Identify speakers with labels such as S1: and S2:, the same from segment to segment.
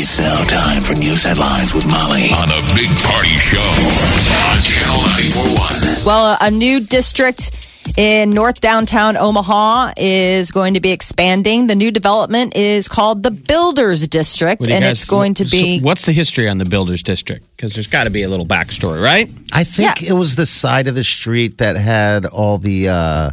S1: It's now time for news headlines with Molly on the Big Party Show on Channel 941.
S2: Well, uh, a new district in North Downtown Omaha is going to be expanding. The new development is called the Builders District,
S3: What do you
S2: and
S3: guys-
S2: it's going to
S3: so
S2: be.
S3: what's the history on the Builders District? Because there's got to be a little backstory, right?
S4: I think it was the side of the street that had all the uh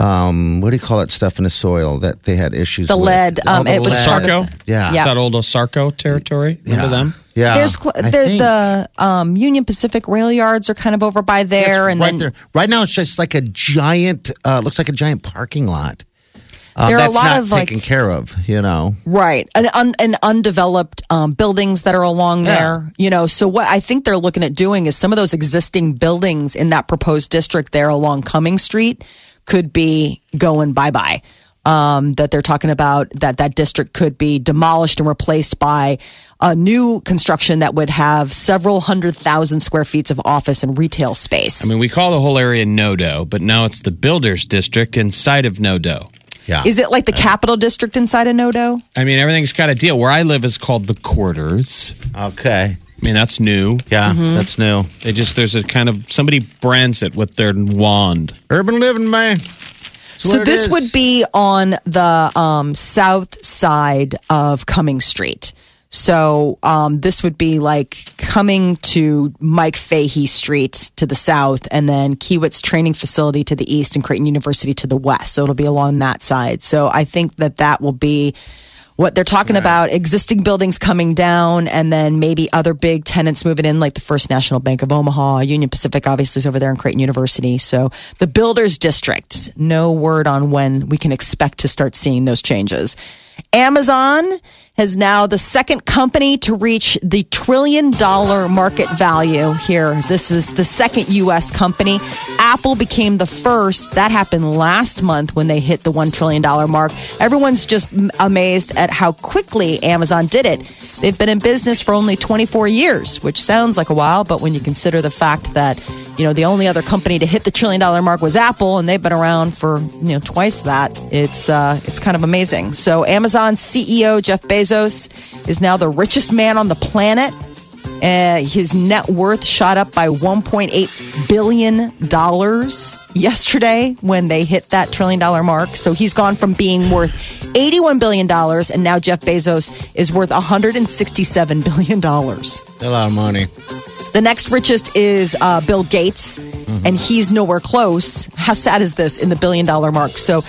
S4: um what do you call that stuff in the soil that they had issues
S2: The
S4: with?
S2: lead,
S4: All
S2: um,
S4: the
S2: it was
S4: lead.
S2: part of-
S3: Sarco.
S4: Yeah.
S3: It's
S2: Oh.
S3: that old Sarco territory. Remember them?
S4: Yeah.
S2: There's cl-
S4: I
S2: the,
S4: think.
S2: the um, Union Pacific rail yards are kind of over by
S4: It's
S2: there, and
S4: right
S2: then
S4: there. Right now it's just like a giant uh looks like a giant parking lot. Um,
S2: There are a
S4: that's
S2: lot
S4: not
S2: of, like-
S4: taken care of, you know.
S2: Right, and un, and undeveloped um, buildings that are along
S4: Yeah.
S2: there. You know, so what I think they're looking at doing is some of those existing buildings in that proposed district there along Cumming Street could be going bye bye. Um, that they're talking about that that district could be demolished and replaced by a new construction that would have several hundred thousand square feet of office and retail space.
S3: I mean, we call the whole area Nodo, but now it's the Builders District inside of Nodo.
S4: Yeah.
S2: is it like the Capital District inside of Nodo?
S3: I mean, everything's got a deal. Where I live is called the Quarters.
S4: Okay.
S3: I mean, that's new.
S4: Yeah,
S2: Mm-hmm.
S4: that's new.
S3: They just there's a kind of somebody brands it with their wand.
S4: Urban living, man. That's
S2: So
S4: what it
S2: this
S4: is.
S2: would be on the um, south side of Cumming Street. So um, this would be like coming to Mike Fahey Street to the south, and then Kiewit's training facility to the east, and Creighton University to the west. So it'll be along that side. So I think that that will be what they're talking about: existing buildings coming down, and then maybe other big tenants moving in, like the First National Bank of Omaha, Union Pacific, obviously is over there in Creighton University. So the Builders District. No word on when we can expect to start seeing those changes. Amazon has now the second company to reach the trillion dollar market value here. This is the second U.S. company. Apple became the first. That happened last month when they hit the $1 trillion mark. Everyone's just m- amazed at how quickly Amazon did it. They've been in business for only 24 years, which sounds like a while, but when you consider the fact that you know the only other company to hit the trillion dollar mark was apple and they've been around for you know twice that it's uh, it's kind of amazing so amazon ceo jeff bezos is now the richest man on the planet uh, his net worth shot up by 1.8 billion dollars yesterday when they hit that trillion dollar mark so he's gone from being worth 81 billion dollars and now jeff bezos is worth 167 billion dollars
S4: a lot of money.
S2: the next richest is uh, Bill Gates, and he's nowhere close. How sad is this in the billion dollar mark? So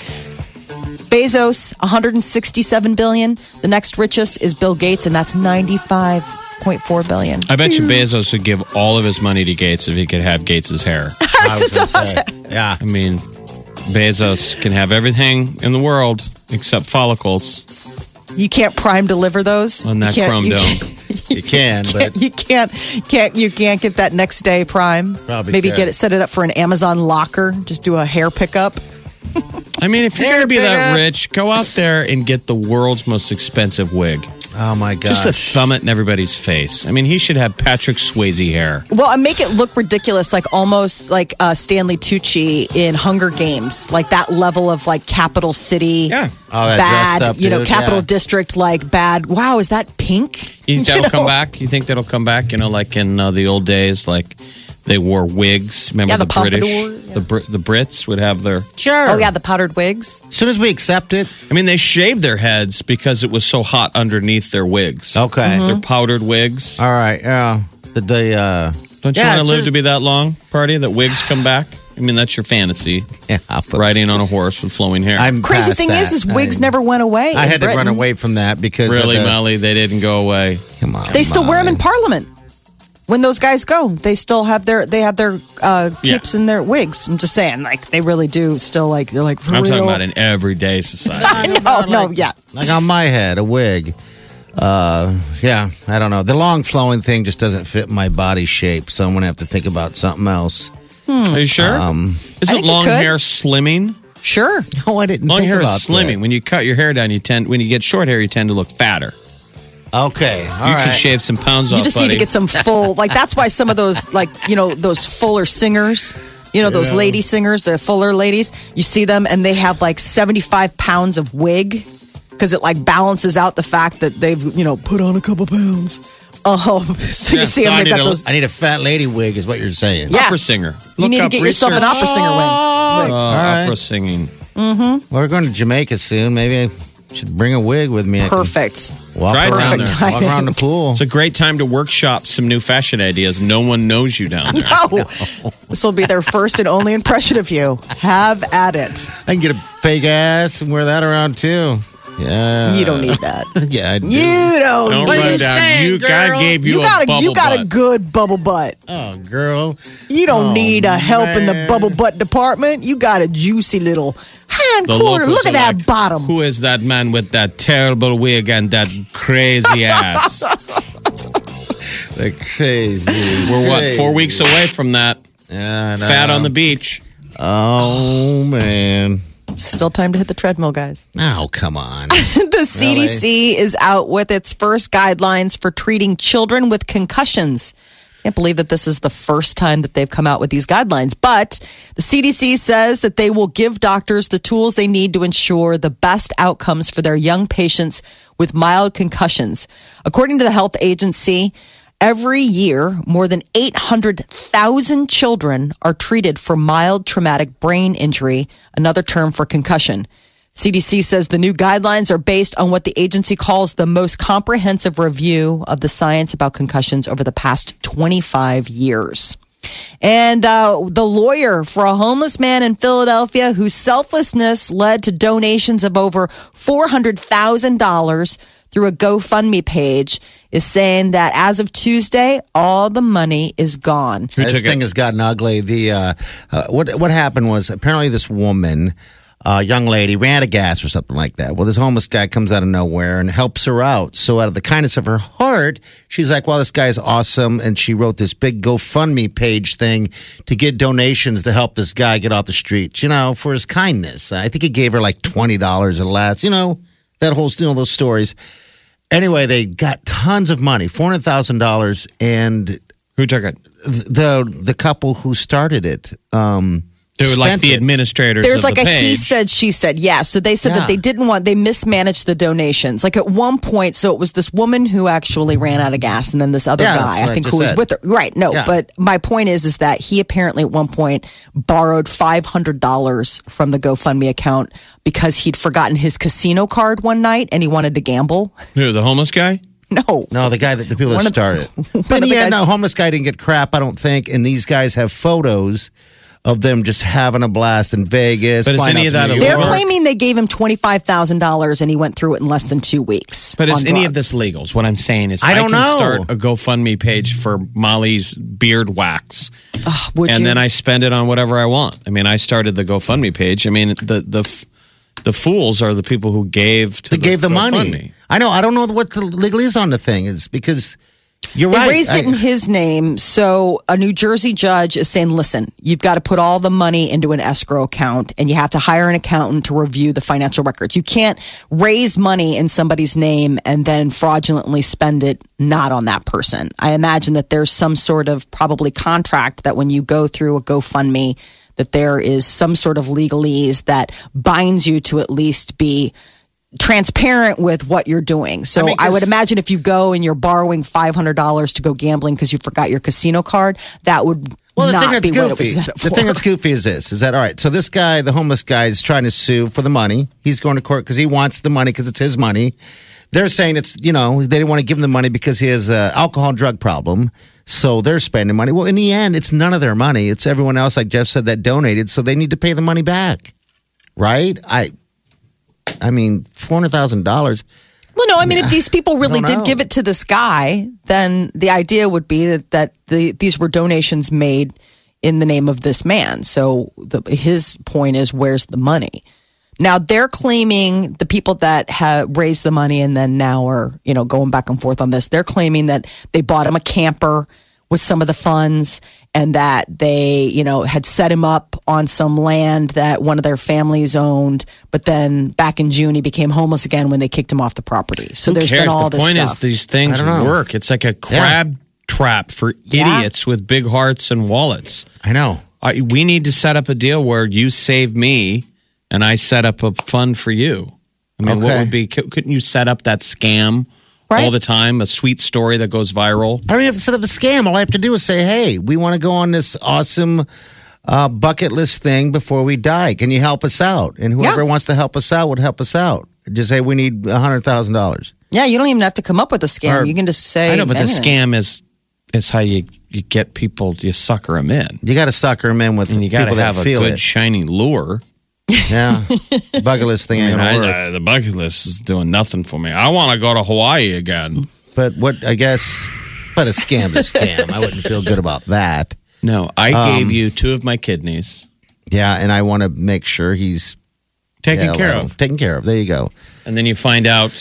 S2: Bezos, 167 billion. The next richest is Bill Gates, and that's 95.4 billion.
S3: I bet you Bezos would give all of his money to Gates if he could have Gates's hair.
S2: I was just
S4: gonna
S2: about
S4: say.
S2: to-
S4: Yeah.
S3: I mean, Bezos can have everything in the world except follicles
S2: you can't prime deliver those
S3: on
S2: You
S3: that
S2: can't-
S3: chrome
S2: you
S3: dome.
S2: can't-
S4: You can, but
S2: You can't, can't, you can't get that next day prime.
S4: Probably
S2: Maybe
S4: can't.
S2: get it, set it up for an Amazon locker. Just do a hair pickup.
S3: I mean, if you're going to be that
S4: Hairpick.
S3: rich, go out there and get the world's most expensive wig.
S4: oh my god.
S3: Just to thumb it in everybody's face. I mean, he should have Patrick Swayze hair.
S2: Well, and make it look ridiculous, like almost like uh, Stanley Tucci in Hunger Games, like that level of like capital city,
S3: Yeah.
S4: Oh, that
S2: bad,
S4: dressed up
S2: you know,
S4: dude,
S2: capital
S4: yeah.
S2: district, like bad. Wow, is that pink?
S3: You think that'll
S2: know?
S3: come back? You think that'll come back? You know, like in uh, the old days, like they wore wigs. Remember
S2: Yeah, the
S3: British,
S2: pompadour, yeah.
S3: the Brit, the Brits would have their.
S4: Sure.
S2: Oh yeah, the powdered wigs.
S4: As soon as we accept it,
S3: I mean, they shaved their heads because it was so hot underneath their wigs.
S4: okay.
S3: Their
S2: Mm-hmm.
S3: powdered wigs.
S4: All right. Yeah. The, the uh,
S3: Don't you
S4: yeah,
S3: want to
S4: it's
S3: live
S4: a-
S3: to be that long, party? That wigs come back? I mean, that's your fantasy.
S4: Yeah, but-
S3: Riding on a horse with flowing hair.
S4: I'm
S2: Crazy
S4: past
S2: thing
S4: that.
S2: is, is wigs
S4: I,
S2: never went away.
S4: I
S2: in
S4: had to run
S2: Britain.
S4: away from that because of
S3: really,
S4: the-
S3: Molly, they didn't go away.
S4: Come on.
S2: They still wear them in
S4: Molly.
S2: Parliament. When those guys go, they still have their they have their uh,
S3: Yeah.
S2: capes and their wigs. I'm just saying, like they really do still like they're like.
S3: I'm
S2: real-
S3: talking about an everyday society.
S2: I know, no, yeah.
S4: Like on my head, a wig. Uh, yeah, I don't know. The long flowing thing just doesn't fit my body shape, so I'm gonna have to think about something else.
S3: Are you sure?
S2: I
S4: Um,
S3: Isn't
S2: think it
S3: long
S2: could.
S3: hair slimming?
S2: Sure.
S4: Oh, I didn't
S3: Long
S4: think
S3: hair is
S4: about
S3: slimming. When you cut your hair down, you tend when you get short hair, you tend to look fatter.
S4: That. Okay, all right.
S3: you can shave some pounds off.
S2: You just need to
S3: buddy.
S2: get some full, like that's why some of those, like you know, those fuller singers, you know, those lady singers, they're fuller ladies. You see them, and they have like seventy-five pounds of wig because it like balances out the fact that they've you know put on a couple pounds. Oh, so you
S3: Yeah,
S2: see
S4: So
S2: them,
S4: I,
S2: they've
S4: need
S2: got
S4: a,
S2: those.
S4: I need a fat lady wig, is what you're saying.
S2: Yeah.
S3: opera singer.
S2: You need to
S3: up
S2: get yourself an
S3: research.
S2: opera singer wig.
S3: Uh,
S2: Wig.
S4: right.
S3: Opera singing.
S4: We're going to Jamaica soon. Maybe I should bring a wig with me. I can
S2: Perfect.
S4: Walk
S3: Drive
S4: around,
S3: down
S4: the,
S2: there.
S4: walk around the pool.
S3: It's a great time to workshop some new fashion ideas. No one knows you down there.
S2: Oh, this will be their first and only impression of you. Have at it.
S4: I can get a fake ass and wear that around too. Yeah.
S2: You don't need that.
S4: Yeah, I do.
S2: You don't.
S3: Don't
S2: need
S3: run
S2: that.
S3: down.
S4: saying,
S3: you
S4: girl?
S3: God gave you,
S2: You
S3: a
S2: got a
S3: bubble
S2: you got a
S3: butt. Oh,
S2: good bubble butt.
S4: Oh, girl.
S2: You don't need a help in the
S4: man.
S2: bubble butt department. You got a juicy little hind
S3: The
S2: quarter.
S3: locals
S2: Look at
S3: are
S2: that
S3: like,
S2: bottom.
S3: Who is that man with that terrible wig and that crazy ass?
S4: Like crazy.
S3: We're what
S4: crazy.
S3: four weeks away from that.
S4: Yeah, I know.
S3: Fat on the beach.
S4: Oh man.
S2: Still time to hit the treadmill, guys.
S4: Oh, come on.
S2: the CDC is out with its first guidelines for treating children with concussions. Can't believe that this is the first time that they've come out with these guidelines. But the CDC says that they will give doctors the tools they need to ensure the best outcomes for their young patients with mild concussions. According to the health agency, every year more than 800,000 children are treated for mild traumatic brain injury, another term for concussion. CDC says the new guidelines are based on what the agency calls the most comprehensive review of the science about concussions over the past 25 years. And uh, the lawyer for a homeless man in Philadelphia whose selflessness led to donations of over $400,000 through a GoFundMe page is saying that as of Tuesday, all the money is gone.
S4: this thing has gotten ugly. The uh, uh, what what happened was apparently this woman, uh, young lady, ran out of gas or something like that. Well, this homeless guy comes out of nowhere and helps her out. So out of the kindness of her heart, she's like, "Wow, this guy's awesome!" And she wrote this big GoFundMe page thing to get donations to help this guy get off the streets. You know, for his kindness. I think he gave her like twenty dollars or less. You know, that whole you know those stories. Anyway, they got tons of money, four hundred thousand dollars, and
S3: Who took it?
S4: the the couple who started it. Um,
S3: They were like
S4: spent
S3: the
S4: it.
S3: administrators.
S2: There's
S3: of
S2: like
S3: the
S2: a he
S3: page.
S2: said, she said. Yeah. So they said that
S4: Yeah.
S2: they didn't want, they mismanaged the donations. Like at one point, so it was this woman who actually ran out of gas and then this other
S4: Yeah,
S2: guy,
S4: that's what
S2: I
S4: I
S2: think,
S4: just
S2: who was
S4: said.
S2: with her. Right. No.
S4: Yeah.
S2: But my point is, is that he apparently at one point borrowed $500 from the GoFundMe account because he'd forgotten his casino card one night and he wanted to gamble.
S3: Who, the homeless guy?
S2: No.
S4: No, the guy that the people that
S2: One of-
S4: started. it.
S2: one
S4: But
S2: of the
S4: yeah,
S2: guys-
S4: no, homeless guy didn't get crap. I don't think. And these guys have photos of them just having a blast in Vegas.
S3: But is
S4: flying
S3: any
S4: out
S3: of that
S4: to New
S3: a
S2: They're
S4: York.
S3: Or-
S2: claiming they gave him $25,000 and he went through it in less than two weeks.
S3: But is
S2: on
S3: any of
S2: drugs.
S3: this legal? Is what I'm saying is
S4: I don't
S3: can
S4: know.
S3: start a GoFundMe page for Molly's beard wax,
S2: Would
S3: and
S2: you?
S3: then I spend it on whatever I want. I mean, I started the GoFundMe page. I mean, the the f- the fools are the people who gave to
S4: They gave the money.
S3: GoFundMe.
S4: I know. I don't know what the legal is on the thing. Is because you're
S2: They
S4: right.
S2: raised it
S4: I-
S2: in his name. So a New Jersey judge is saying, listen, you've got to put all the money into an escrow account and you have to hire an accountant to review the financial records. You can't raise money in somebody's name and then fraudulently spend it not on that person. I imagine that there's some sort of probably contract that when you go through a GoFundMe, that there is some sort of legalese that binds you to at least be transparent with what you're doing. So I,
S4: I mean, 'cause-
S2: would imagine if you go and you're borrowing five hundred dollars to go gambling because you forgot your casino card, that would
S4: Well, the
S2: not
S4: thing that's
S2: be
S4: goofy.
S2: what it was set up for.
S4: the thing that's goofy is this: is that all right? So this guy, the homeless guy, is trying to sue for the money. He's going to court because he wants the money because it's his money. They're saying it's you know they didn't want to give him the money because he has a alcohol and drug problem, so they're spending money. Well, in the end, it's none of their money. It's everyone else, like Jeff said, that donated, so they need to pay the money back, right? I, I mean, four hundred thousand dollars.
S2: well, no, I mean, if these people really
S4: don't
S2: did
S4: know.
S2: give it to this guy, then the idea would be that that the, these were donations made in the name of this man. So the, his point is, where's the money? Now they're claiming the people that have raised the money and then now are, you know, going back and forth on this. They're claiming that they bought him a camper with some of the funds and that they, you know, had set him up on some land that one of their families owned, but then back in June he became homeless again when they kicked him off the property. So
S3: Who
S2: there's
S3: cares?
S2: been all
S3: the
S2: this
S3: point
S2: stuff.
S3: is these things
S4: I don't know.
S3: work. It's like a crab trap for
S2: Yeah.
S3: idiots with big hearts and wallets.
S4: I know.
S3: I, we need to set up a deal where you save me and I set up a fund for you. I mean, what
S4: Okay.
S3: would be? cou- Couldn't you set up that scam all
S2: Right.
S3: the time? A sweet story that goes viral.
S4: I don't even have to set up a scam. All I have to do is say, hey, we want to go on this awesome uh, bucket list thing before we die. Can you help us out? And whoever
S2: Yeah.
S4: wants to help us out would help us out. Just say, we need $100,000.
S2: yeah, you don't even have to come up with a scam.
S3: Or-
S2: you can just say
S3: I know, but
S2: anything.
S3: the scam is is how you you get people. You sucker them in,
S4: You got to sucker them in with
S3: and you got to
S4: people
S3: have
S4: that
S3: a
S4: feel
S3: good
S4: it.
S3: shiny lure.
S4: yeah. Bucket list thing ain't
S3: And
S4: going
S3: I,
S4: to work.
S3: I- the bucket list is doing nothing for me. I want to go to Hawaii again.
S4: But what, I guess, but a scam is a scam. I wouldn't feel good about that.
S3: No, I gave you two of my kidneys,
S4: Yeah. And I want to make sure he's
S3: taken
S4: yeah,
S3: care
S4: well,
S3: of,
S4: Taken care of. There you go.
S3: and then you find out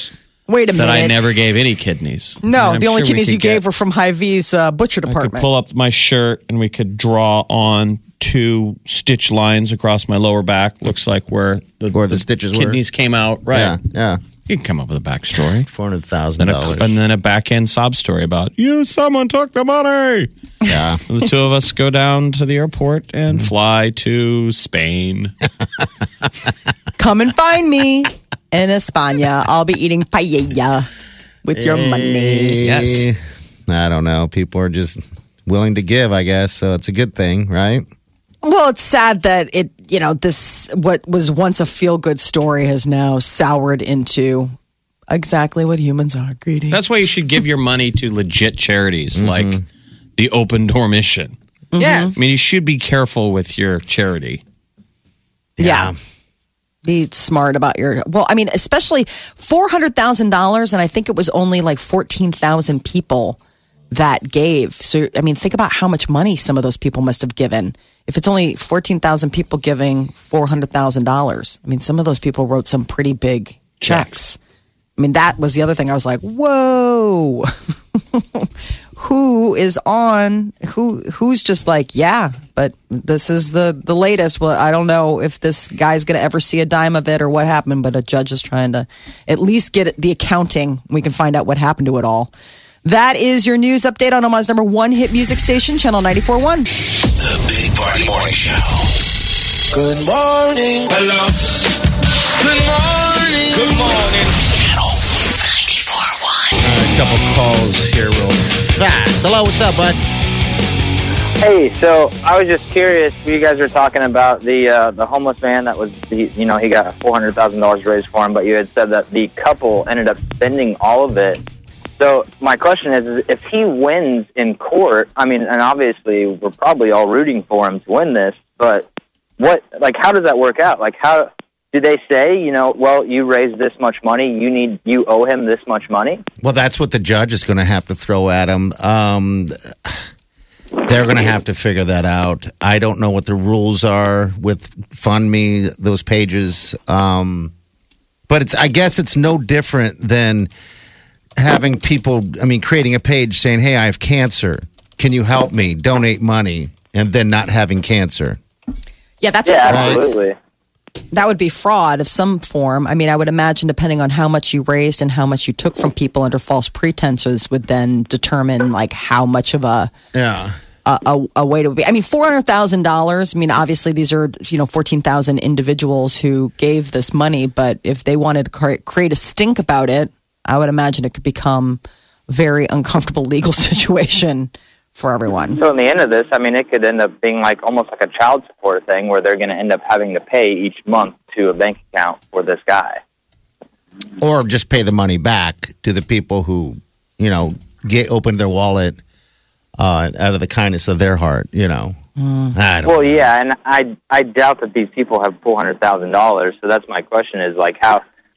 S2: Wait a
S3: that
S2: minute.
S3: I never gave any kidneys.
S2: No,
S3: And I'm
S2: the only
S3: sure we
S2: kidneys
S3: could
S2: you gave
S3: get-
S2: were from High V's uh, butcher
S3: I could
S2: department.
S3: pull up my shirt and we could draw on two stitch lines across my lower back. Looks like where the,
S4: Where the stitches were.
S3: kidneys came out. Right.
S4: Yeah. Yeah.
S3: You can come up with a backstory. And, a,
S4: $400,000.
S3: and then a back end sob story about you, someone took the money.
S4: Yeah.
S3: And the two of us go down to the airport and fly to Spain.
S2: Come and find me in España. I'll be eating paella with your money.
S3: Yes.
S4: I don't know. People are just willing to give, I guess. So it's a good thing, right?
S2: Well, it's sad that it, you know, this what was once a feel good story has now soured into exactly what humans are greedy.
S3: That's why you should give your money to legit charities like the Open Door Mission.
S4: Yeah.
S3: I mean, you should be careful with your charity.
S2: yeah. Be smart about your. Well, I mean, especially four hundred thousand dollars, and I think it was only like fourteen thousand people that gave. So, I mean, think about how much money some of those people must have given. If it's only fourteen thousand people giving four hundred thousand dollars, I mean, some of those people wrote some pretty big checks. I mean, that was the other thing. I was like, whoa. who is on who who's just like yeah but this is the the latest well i don't know if this guy's gonna ever see a dime of it or what happened but a judge is trying to at least get the accounting we can find out what happened to it all that is your news update on omaha's number one hit music station channel 941
S1: The Big Party Morning Show. Good morning. Hello. Good morning. Good morning. Channel 94.1.
S4: Couple calls here real fast. Hello, what's up, bud?
S5: Hey, so I was just curious. You guys were talking about the uh, the homeless man that was, he, you know, he got four hundred thousand dollars raised for him, but you had said that the couple ended up spending all of it. So my question is, is if he wins in court, I mean, and obviously we're probably all rooting for him to win this, but what, like, how does that work out? Like, how do they say, you know, well, you raised this much money, you need, you owe him this much money?
S4: Well, that's what the judge is going to have to throw at him. Um, they're going to have to figure that out. I don't know what the rules are with Fund Me those pages, um, but it's I guess it's no different than having people. I mean, creating a page saying, "Hey, I have cancer. Can you help me? Donate money," and then not having cancer.
S2: yeah that's
S5: Yeah,
S2: a fraud.
S5: absolutely.
S2: that would be fraud of some form i mean i would imagine depending on how much you raised and how much you took from people under false pretenses would then determine like how much of a
S4: Yeah.
S2: a, a, a way to be. I mean, four hundred thousand dollars. I mean, obviously these are you know fourteen thousand individuals who gave this money, but if they wanted to cre- create a stink about it, I would imagine it could become a very uncomfortable legal situation for everyone.
S5: So in the end of this, I mean, it could end up being like almost like a child support thing, where they're going to end up having to pay each month to a bank account for this guy.
S4: or just pay the money back to the people who you know get opened their wallet uh, out of the kindness of their heart. You know, I don't.
S5: Well, yeah, and I I doubt that these people have four hundred thousand dollars. So that's my question: is like how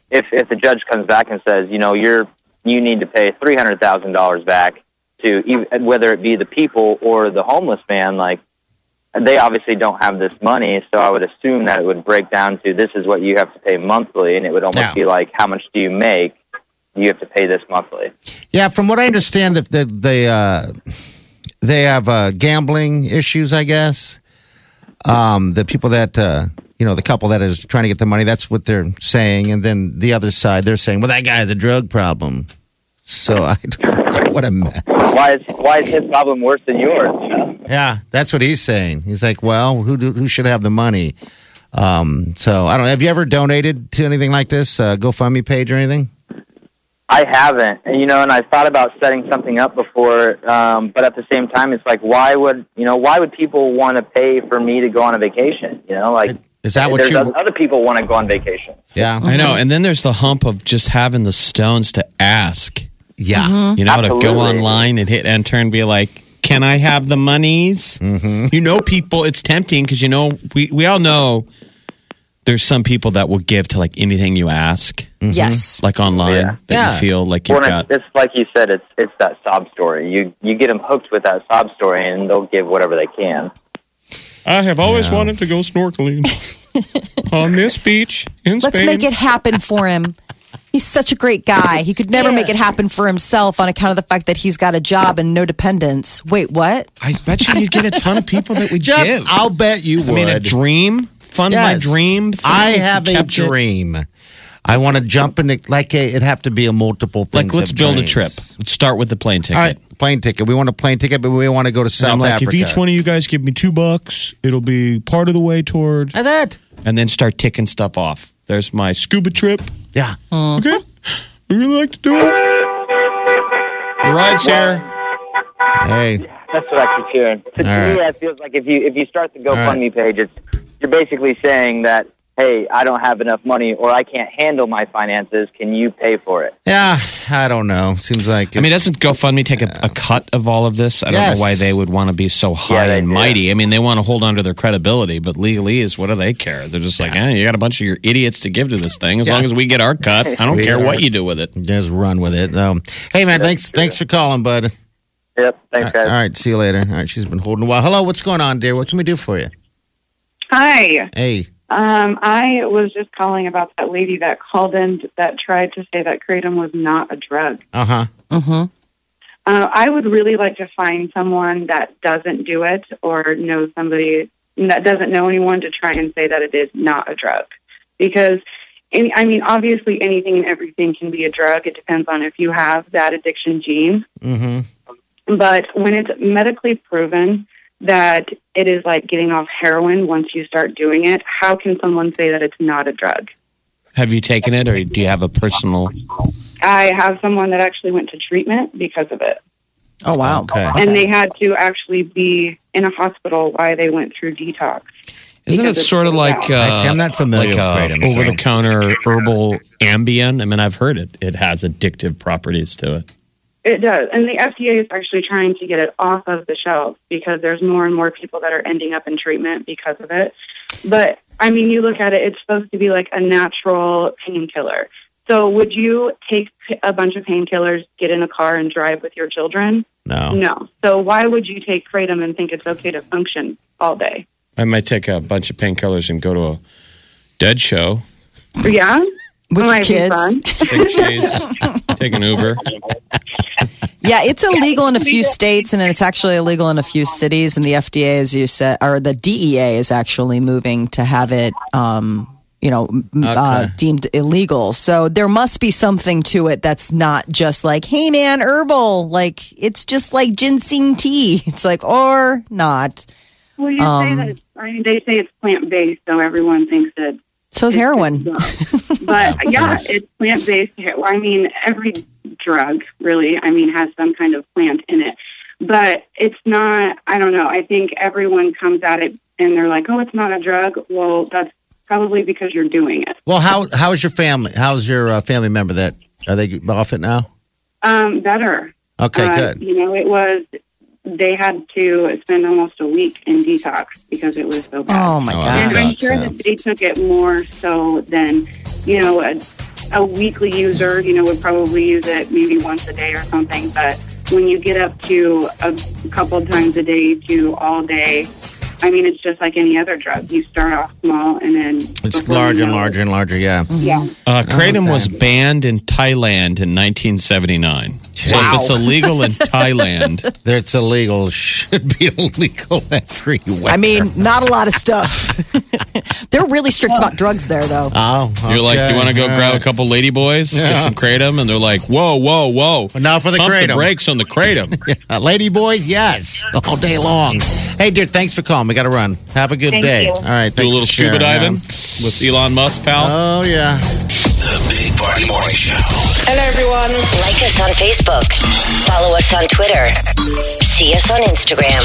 S5: if if the judge comes back and says, you know, you're you need to pay three hundred e, thousand dollars back to ev- whether it be the people or the homeless man, like they obviously don't have this money, so I would assume that it would break down to this is what you have to pay monthly, and it would almost
S4: Yeah.
S5: be like how much do you make? You have to pay this monthly.
S4: Yeah, from what I understand, that the, they uh, they have uh, gambling issues. I guess um, the people that uh, you know, the couple that is trying to get the money, that's what they're saying, and then the other side, they're saying, well, that guy has a drug problem. So I don't know what a mess.
S5: Why is why is his problem worse than yours? You know?
S4: Yeah, that's what he's saying. He's like, well, who do, who should have the money? Um, so I don't know. Have you ever donated to anything like this, uh, GoFundMe page or anything?
S5: I haven't, and you know, and I thought about setting something up before, um, but at the same time, it's like, why would you know? Why would people want to pay for me to go on a vacation? You know, like
S4: Is that what
S5: there's
S4: you?
S5: other people want to go on vacation.
S4: Yeah,
S3: I know. And then there's the hump of just having the stones to ask.
S4: yeah.
S3: You know, to go
S5: Absolutely.
S3: online and hit enter and be like, can I have the monies? Mm-hmm. You know, people, it's tempting because, you know, we, we all know there's some people that will give to like anything you ask,
S2: Mm-hmm. Yes.
S3: like online,
S5: Yeah.
S3: that
S4: Yeah.
S3: you feel like
S5: Well,
S3: you've
S5: and
S3: got.
S5: it's, it's like you said, it's it's that sob story. You you get them hooked with that sob story, and they'll give whatever they can.
S3: I have always wanted to go snorkeling on this beach in
S2: Let's make it happen for him. He's such a great guy. He could never make it happen for himself on account of the fact that he's got a job and no dependents. Wait, what?
S3: I bet you you get a ton of people that would
S4: Jeff,
S3: give.
S4: I'll bet you would.
S3: I mean, a dream. Fund my
S4: Yes.
S3: dream. thing
S4: I
S3: if you
S4: have a
S3: kept it.
S4: dream. I want to jump into like a, it'd have to be a multiple.
S3: Like,
S4: things
S3: let's
S4: of
S3: build a trip.
S4: dreams.
S3: Let's start with the plane ticket.
S4: All right, plane ticket. We want a plane ticket, but we want to go to South
S3: I'm like,
S4: Africa.
S3: if each one of you guys give me two bucks, it'll be part of the way toward,
S4: That's it.
S3: and then start ticking stuff off. There's my scuba trip.
S4: Yeah.
S3: Okay, we really like to do it. Right, Sarah.
S4: Hey.
S5: That's what I keep hearing. To
S4: All right.
S5: me, that feels like if you if you start the
S4: right.
S5: GoFundMe page, it's you're basically saying that hey, I don't have enough money, or I can't handle my finances. Can you pay for it?
S4: Yeah. I don't know. Seems like.
S3: I mean, doesn't GoFundMe take a, a cut of all of this? I don't
S4: Yes.
S3: know why they would want to be so high
S5: Yeah, they
S3: and
S5: do.
S3: mighty. I mean, they want to hold on to their credibility, but legalese, what do they care? They're just like, eh, you got a bunch of your idiots to give to this thing. As
S4: Yeah.
S3: long as we get our cut, I don't
S4: We
S3: care
S4: are-
S3: what you do with it.
S4: just run with it. Um, hey man, thanks. Thanks for calling, bud.
S5: Yep. Thanks,
S4: All
S5: guys.
S4: right. See you later. All right. She's been holding a while. Hello. What's going on, dear? What can we do for you?
S6: Hi.
S4: Hey.
S6: Um, I was just calling about that lady that called in that tried to say that kratom was not a drug.
S4: Uh huh.
S2: Mm-hmm.
S6: Uh, I would really like to find someone that doesn't do it or know somebody that doesn't know anyone to try and say that it is not a drug. Because, any, I mean, obviously anything and everything can be a drug. It depends on if you have that addiction gene.
S4: Mm-hmm.
S6: But when it's medically proven that it is like getting off heroin once you start doing it, how can someone say that it's not a drug?
S3: Have you taken it, or do you have a personal?
S6: I have someone that actually went to treatment because of it.
S2: Oh wow.
S4: Okay.
S6: And they had to actually be in a hospital while they went through detox.
S3: Isn't it
S6: Because it's
S3: sort of
S6: so
S3: like uh,
S6: bad.
S4: Actually, I'm not familiar
S3: like uh,
S4: with kratom. so-
S3: over the counter herbal Ambien? I mean, I've heard it. It has addictive properties to it.
S6: It does. And the FDA is actually trying to get it off of the shelves because there's more and more people that are ending up in treatment because of it. But I mean, you look at it, it's supposed to be like a natural painkiller. So would you take p- a bunch of painkillers, get in a car, and drive with your children?
S2: Oh.
S4: no.
S6: No. So why would you take kratom and think it's okay to function all day?
S3: I might take a bunch of painkillers and go to a dead show.
S6: Yeah?
S2: With
S6: Might
S2: your
S6: be
S2: kids.
S6: fun.
S3: Take Chase, take an Uber.
S2: Yeah, it's illegal in a few states, and it's actually illegal in a few cities. And the FDA, as you said, or the DEA is actually moving to have it, um, you know, m- uh,
S4: Okay.
S2: deemed illegal. So there must be something to it that's not just like, hey man, herbal. Like it's just like ginseng tea. It's like or not.
S6: Well, you
S2: Um,
S6: say that. I mean, they say it's plant based, so everyone thinks that.
S2: So is
S6: it's
S2: heroin.
S6: just drugs. but yeah, it's plant based. I mean, every drug really, I mean, has some kind of plant in it. But it's not. I don't know. I think everyone comes at it and they're like, "Oh, it's not a drug." Well, that's probably because you're doing it.
S4: Well, how how's your family? How's your uh, family member? That are they off it now?
S6: Um, better.
S4: Okay.
S6: Uh,
S4: good.
S6: You know, it was. They had to spend almost a week in detox because it was so bad.
S2: Oh my
S4: Oh,
S2: god.
S6: And I'm
S4: Sucks,
S6: sure
S4: yeah.
S6: that they took it more so than, you know, a, a weekly user, you know, would probably use it maybe once a day or something. But when you get up to a couple times a day to all day, I mean, it's just like any other drug. You start off small and then
S4: It's
S6: before
S4: larger
S6: you
S4: and
S6: know it-
S4: larger and larger. Yeah.
S6: Yeah.
S3: Uh, kratom was banned in Thailand in 1979. So if it's illegal in Thailand,
S4: It's illegal. Should be illegal everywhere.
S2: I mean, not a lot of stuff. They're really strict about drugs there, though.
S4: oh,
S3: you're like, you want to go grab a couple lady boys, get some kratom, and they're like, whoa, whoa, whoa.
S4: Now for the
S3: Pump
S4: kratom.
S3: the brakes on the kratom.
S4: Uh, lady boys, yes, all day long. Hey, dear, thanks for calling. We got to run. Have a good
S6: Thank
S4: day.
S6: you.
S4: All right,
S3: Do a
S4: thanks
S3: little
S4: for
S3: scuba
S4: sharing.
S3: diving
S4: Yeah.
S3: with Elon Musk,
S2: Uh,
S3: pal.
S4: Oh yeah.
S1: The Big Party Morning Show.
S7: Hello, everyone.
S8: Like us on Facebook. Follow us on Twitter. See us on Instagram.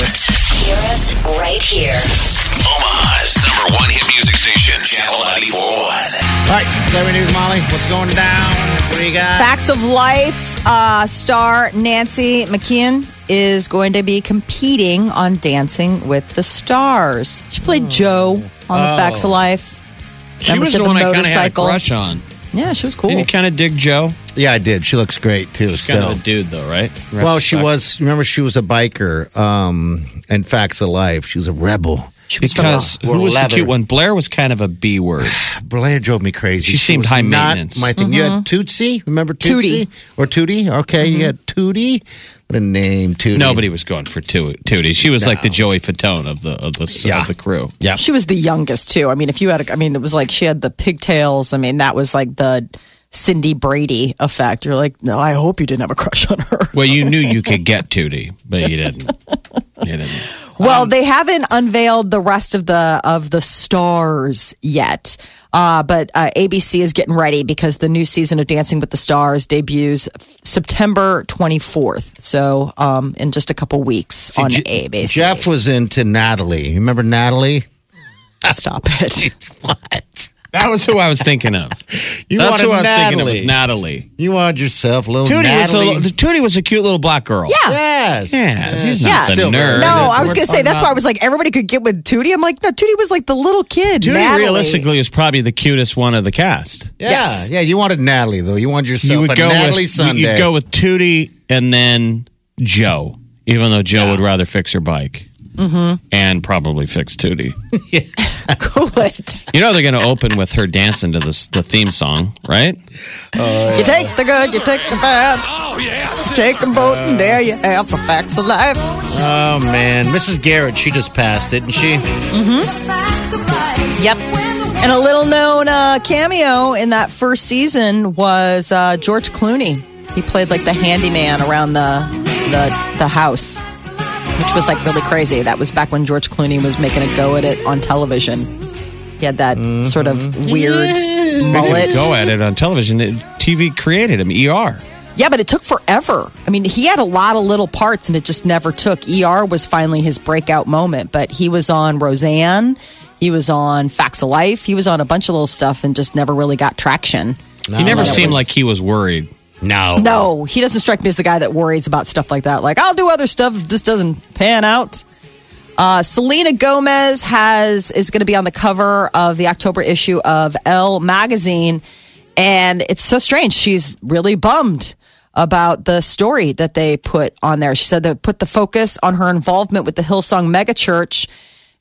S8: Hear us right here.
S1: Omaha's number one hit music station, Channel 941.
S4: All right, celebrity news, Molly. What's going down? What do you got?
S2: Facts of Life uh, star Nancy McKeon is going to be competing on Dancing with the Stars. She played Joe on the Facts of Life.
S3: She
S2: Remember,
S3: was
S2: did
S3: the
S2: the
S3: one I kind of had a
S2: motorcycle.
S3: crush on.
S2: Yeah, she was
S3: Didn't
S2: cool.
S3: you kind of dig Joe?
S4: Yeah, I did. She looks great too.
S3: Kind
S4: Still.
S3: of a dude, though, right?
S4: Well, she was. Remember, she was a biker. Um, and facts of life, she was a rebel.
S2: She was from-
S3: Because
S4: We're
S3: who was the
S4: leather.
S3: cute one? Blair was kind of a B word.
S4: Blair drove me crazy.
S3: She seemed
S4: was
S3: high
S4: not
S3: maintenance.
S4: My thing. You had Tootsie. Remember Tootsie
S2: Tootie.
S4: or Tootie? Okay, you had Tootie. What a name, Tootie.
S3: Nobody was going for Tootie. Tootie. She was like the Joey Fatone of the of the,
S4: Yeah.
S3: of the crew.
S4: Yeah.
S2: She was the youngest too. I mean, if you had, a, I mean, it was like she had the pigtails. I mean, that was like the Cindy Brady effect. You're like, no, I hope you didn't have a crush on her.
S3: Well, you knew you could get Tootie, but you didn't. You didn't.
S2: Well, they haven't unveiled the rest of the of the stars yet, uh, but uh, ABC is getting ready because the new season of Dancing with the Stars debuts f- September 24th. So, um, in just a couple weeks on
S4: Je-
S2: ABC.
S4: Jeff was into Natalie. You Remember Natalie?
S2: Stop it!
S4: What?
S3: That was who I was thinking of.
S4: You
S3: That's
S4: wanted
S3: who I was
S4: Natalie.
S3: thinking of was Natalie.
S4: You wanted yourself, little
S3: Tootie was,
S4: Natalie.
S3: a, the, Tootie was a cute little black girl.
S2: Yeah.
S4: yes.
S3: Yeah, she's
S2: Yeah.
S3: not the
S4: Still very
S3: nerd.
S4: good.
S2: No,
S4: That's
S2: I was
S4: what
S2: gonna
S4: we're
S2: say that's
S4: talking
S2: why I was like everybody could get with Tootie. I'm like, no, Tootie was like the little kid.
S3: Tootie
S2: Natalie.
S3: realistically was probably the cutest one of the cast.
S4: Yeah,
S2: Yes.
S4: yeah. You wanted Natalie though. You wanted yourself
S3: you would
S4: a
S3: go
S4: Natalie
S3: with
S4: Sunday.
S3: you'd go with Tootie and then Joe, even though Joe would rather fix her bike
S4: Mm-hmm.
S3: and probably fix Tootie.
S2: cool it.
S3: You know they're going to open with her dancing to this the theme song, right?
S4: Oh,
S2: You take the good, you take the bad.
S1: Oh, yes.
S2: Take them both, and there you have the facts of life.
S4: oh man, Mrs. Garrett, she just passed, didn't she?
S2: Yep. Hmm? And a little known uh, cameo in that first season was uh, George Clooney. He played like the handyman around the, the the house, which was like really crazy. That was back when George Clooney was making a go at it on television. He had that sort of weird mullet.
S3: Go at it on television. It, TV created him. ER.
S2: Yeah, but it took forever. I mean, he had a lot of little parts and it just never took. ER was finally his breakout moment, but he was on Roseanne, he was on Facts of Life, he was on a bunch of little stuff and just never really got traction.
S3: He never
S2: that
S3: seemed
S2: was-
S3: like he was worried.
S4: No,
S2: No, he doesn't strike me as the guy that worries about stuff like that. Like, I'll do other stuff if this doesn't pan out. Uh, Selena Gomez has is going to be on the cover of the October issue of Elle magazine, and it's so strange. She's really bummed about the story that they put on there. She said they put the focus on her involvement with the Hillsong megachurch,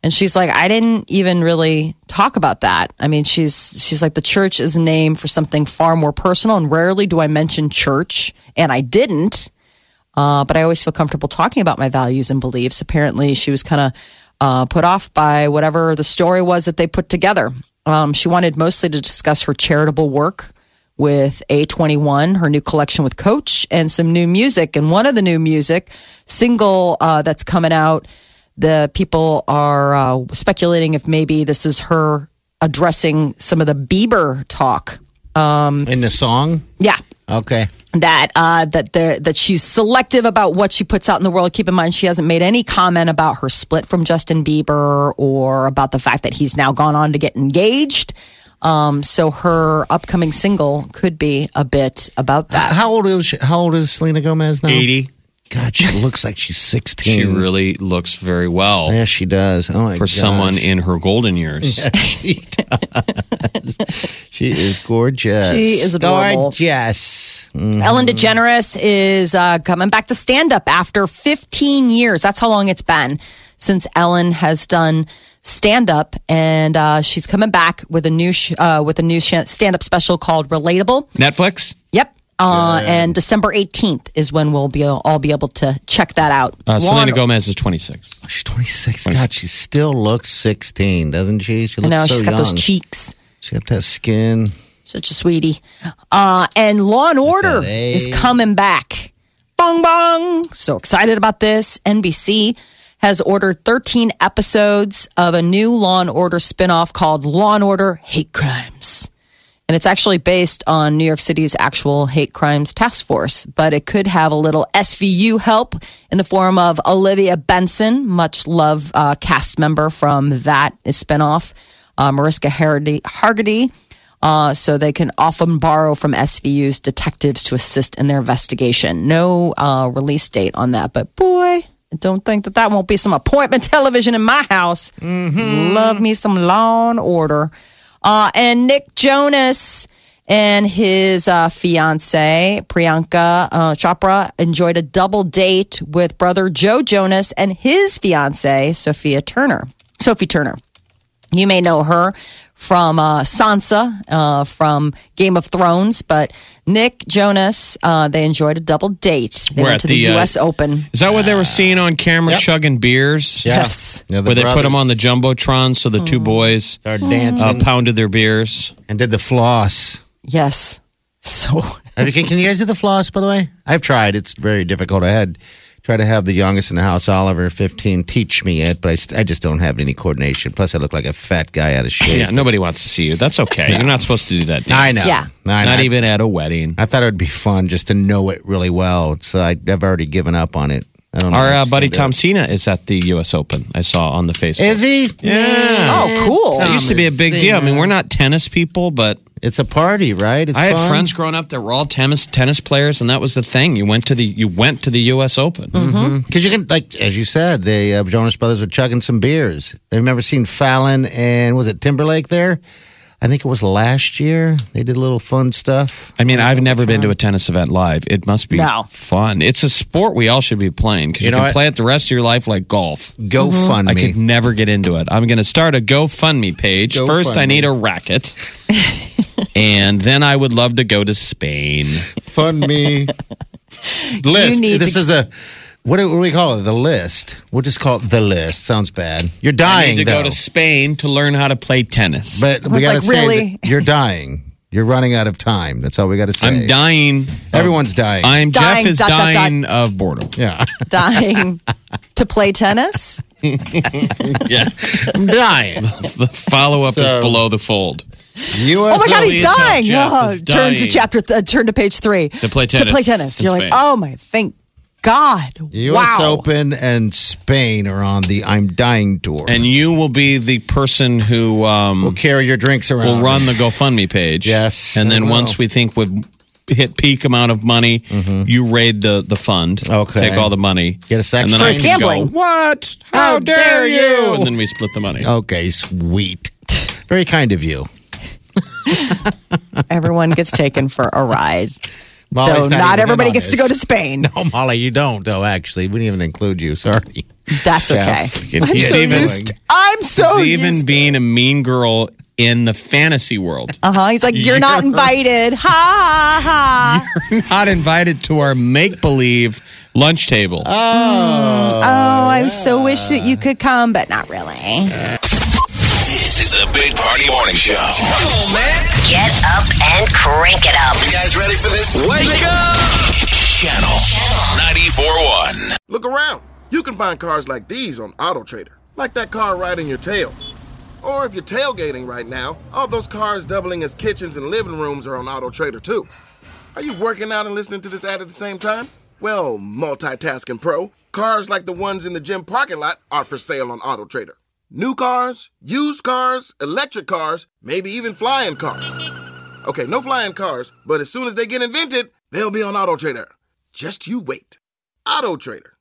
S2: and she's like, I didn't even really talk about that. I mean, she's she's like the church is a name for something far more personal, and rarely do I mention church, and I didn't uh, but I always feel comfortable talking about my values and beliefs. Apparently, she was kind of uh, put off by whatever the story was that they put together. Um, she wanted mostly to discuss her charitable work with A21, her new collection with Coach, and some new music. And one of the new music single uh, that's coming out, the people are uh, speculating if maybe this is her addressing some of the Bieber talk.
S4: in the song.
S2: Yeah
S4: Okay,
S2: that uh, that the, that she's selective about what she puts out in the world. Keep in mind, she hasn't made any comment about her split from Justin Bieber or about the fact that he's now gone on to get engaged. Um, so her upcoming single could be a bit about that.
S4: how old is she, how old is Selena Gomez now?
S3: 80.
S4: God, she looks like she's sixteen.
S3: She really looks very well
S4: yeah, she does. Mm. Oh my
S3: for
S4: gosh.
S3: someone in her golden years.
S4: she does. She is gorgeous.
S2: She is adorable.
S4: Gorgeous.
S2: Ellen DeGeneres is uh, coming back to stand up after 15 years. That's how long it's been since Ellen has done stand up, and uh, she's coming back with a new sh- uh, with a new sh- stand up special called Relatable.
S3: Netflix?
S2: Yep. Uh, and December 18th is when we'll be all be able to check that out.
S4: Um,
S3: Uh, Selena
S2: Lauren-
S3: Gomez is 26.
S4: She's 26. God, she still looks 16, doesn't she? She
S2: I
S4: looks
S2: know,
S4: so
S2: she's got those
S4: young.
S2: cheeks.
S4: She got that skin.
S2: Such a sweetie. Uh, and Law and Order
S4: that
S2: is
S4: age.
S2: coming back. Bong bong. So excited about this. NBC has ordered 13 episodes of a new Law and Order spinoff called Law and Order Hate Crimes. And it's actually based on New York City's actual hate crimes task force, but it could have a little SVU help in the form of Olivia Benson, much loved uh, cast member from that spinoff, uh, Mariska Hargitay. Hargitay uh, so they can often borrow from SVU's detectives to assist in their investigation. No uh, release date on that, but boy, I don't think that that won't be some appointment television in my house. Love me some Law and Order. Uh, and Nick Jonas and his uh, fiance Priyanka uh, Chopra enjoyed a double date with brother Joe Jonas and his fiance Sophia Turner. Sophie Turner. You may know her from uh, Sansa uh, from Game of Thrones, but Nick Jonas, uh, they enjoyed a double date. They
S3: We're
S2: went
S3: at
S2: to the,
S3: the, uh,
S2: U.S. Open.
S3: Is that what they were seeing on camera,
S4: Yep.
S3: chugging beers?
S4: Yeah.
S2: Yes.
S4: Yeah, the
S3: Where they put them on the
S4: brothers Oh.
S3: Jumbotron so the two boys
S4: Started dancing
S3: uh, pounded their beers.
S4: and did the floss.
S2: Yes. So
S4: Have you- Can, can you guys do the floss, by the way? I've tried. It's very difficult. I had tried to have the youngest in the house, Oliver, 15, teach me it, but I, st- I just don't have any coordination. Plus, I look like a fat guy out of shape.
S3: Yeah, nobody wants to see you. That's okay. You're not supposed to do that. Dan.
S4: I know.
S2: Yeah.
S4: I know.
S3: Not even at a wedding.
S4: I thought it would be fun just to know it really well. So I, I've already given up on it. I don't know.
S3: Our
S4: if
S3: uh,
S4: I'm
S3: buddy
S4: gonna
S3: Tom
S4: do
S3: Cena is at the U.S. Open. I saw on the Facebook.
S4: it. Is he?
S3: Yeah.
S2: Oh, cool.
S3: That used to be a big deal. I mean, we're not tennis people, but
S4: It's a party, right? It's
S3: I had
S4: fun.
S3: friends growing up that were all tennis tennis players, and that was the thing. You went to the you went to the U.S. Open.
S4: Mm-hmm. Because you can, like, as you said, the uh, Jonas Brothers were chugging some beers. I remember seeing Fallon and was it Timberlake there? I think it was last year. They did a little fun stuff.
S3: I mean, I've never been to a tennis event live. It must be
S2: No.
S3: fun. It's a sport we all should be playing because you,
S4: You know
S3: can
S4: what?
S3: play it the rest of your life like golf.
S4: Mm-hmm.
S3: I could
S4: GoFundMe.
S3: never get into it. I'm going to start a GoFundMe page. First, I
S4: GoFundMe.
S3: need a racket. and then I would love to go to Spain.
S4: Fund me. list.
S2: need
S4: This
S2: to-
S4: is a, what do, what do we call it? The list. We'll just call it the list. Sounds bad. You're
S3: I
S4: dying,
S3: need to
S4: though.
S3: go to Spain to learn how to play tennis.
S4: but we
S2: It's
S4: got to
S2: like,
S4: say,
S2: really?
S4: that you're dying. You're running out of time. That's all we got to say.
S3: I'm dying.
S4: Everyone's dying.
S3: I'm
S2: Dying,
S3: Jeff is
S2: dot, dot, dot.
S3: dying of boredom.
S4: yeah.
S2: dying to play tennis.
S3: Yeah.
S4: I'm dying.
S3: the follow up is
S4: So-
S3: below the fold.
S2: Oh
S4: U.S.
S2: my God,
S3: Absolutely
S2: he's
S3: is not.
S2: dying.
S3: Jeff
S2: Oh,
S3: is
S2: turn to
S3: dying.
S2: chapter, uh, turn to page three. To
S3: play
S2: To play
S3: tennis
S2: tennis.
S3: in
S2: You're
S3: Spain.
S2: like, oh my, thank God.
S4: U.S.
S2: wow.
S4: Open and Spain are on the I'm Dying tour.
S3: And you will be the person who um,
S4: we'll carry your drinks around.
S3: will run the GoFundMe page.
S4: Oh, Yes,
S3: And
S4: I
S3: then
S4: will.
S3: once we think we've hit peak amount of money, you raid the, the fund.
S4: Okay.
S3: Take all the money.
S4: Get a
S3: And
S4: section.
S3: then
S4: For
S3: I
S2: his
S3: can
S2: gambling.
S3: Go, what? How, dare you? And then we split the money.
S4: Okay, sweet. Very kind of you.
S2: Everyone gets taken for a ride.
S4: Molly's
S2: Though not
S4: Oh, even in
S2: everybody
S4: on
S2: gets to
S4: this.
S2: go to Spain.
S4: No, Molly, you don't. Oh, actually, we didn't even include you. Sorry.
S2: That's okay.
S4: Jeff,
S2: I'm
S3: he's
S2: so
S3: even-
S2: used. I'm so
S3: It's even
S2: used.
S3: being a mean girl in the fantasy world.
S2: Uh huh. He's like, you're not invited. Ha ha.
S3: Not invited to our make believe lunch table.
S2: Oh, I so wish that you could come, but not really.
S1: This is the Big Party Morning Show. Come on, man.
S8: Get up and crank it up.
S1: You guys ready for this? Wake up! Channel 94.1.
S7: Look around. You can find cars like these on AutoTrader, like that car riding your tail. Or if you're tailgating right now, all those cars doubling as kitchens and living rooms are on AutoTrader too. Are you working out and listening to this ad at the same time? Well, multitasking pro, cars like the ones in the gym parking lot are for sale on AutoTrader. New cars, used cars, electric cars, maybe even flying cars. Okay, no flying cars, but as soon as they get invented, they'll be on AutoTrader. Just you wait. Auto Trader.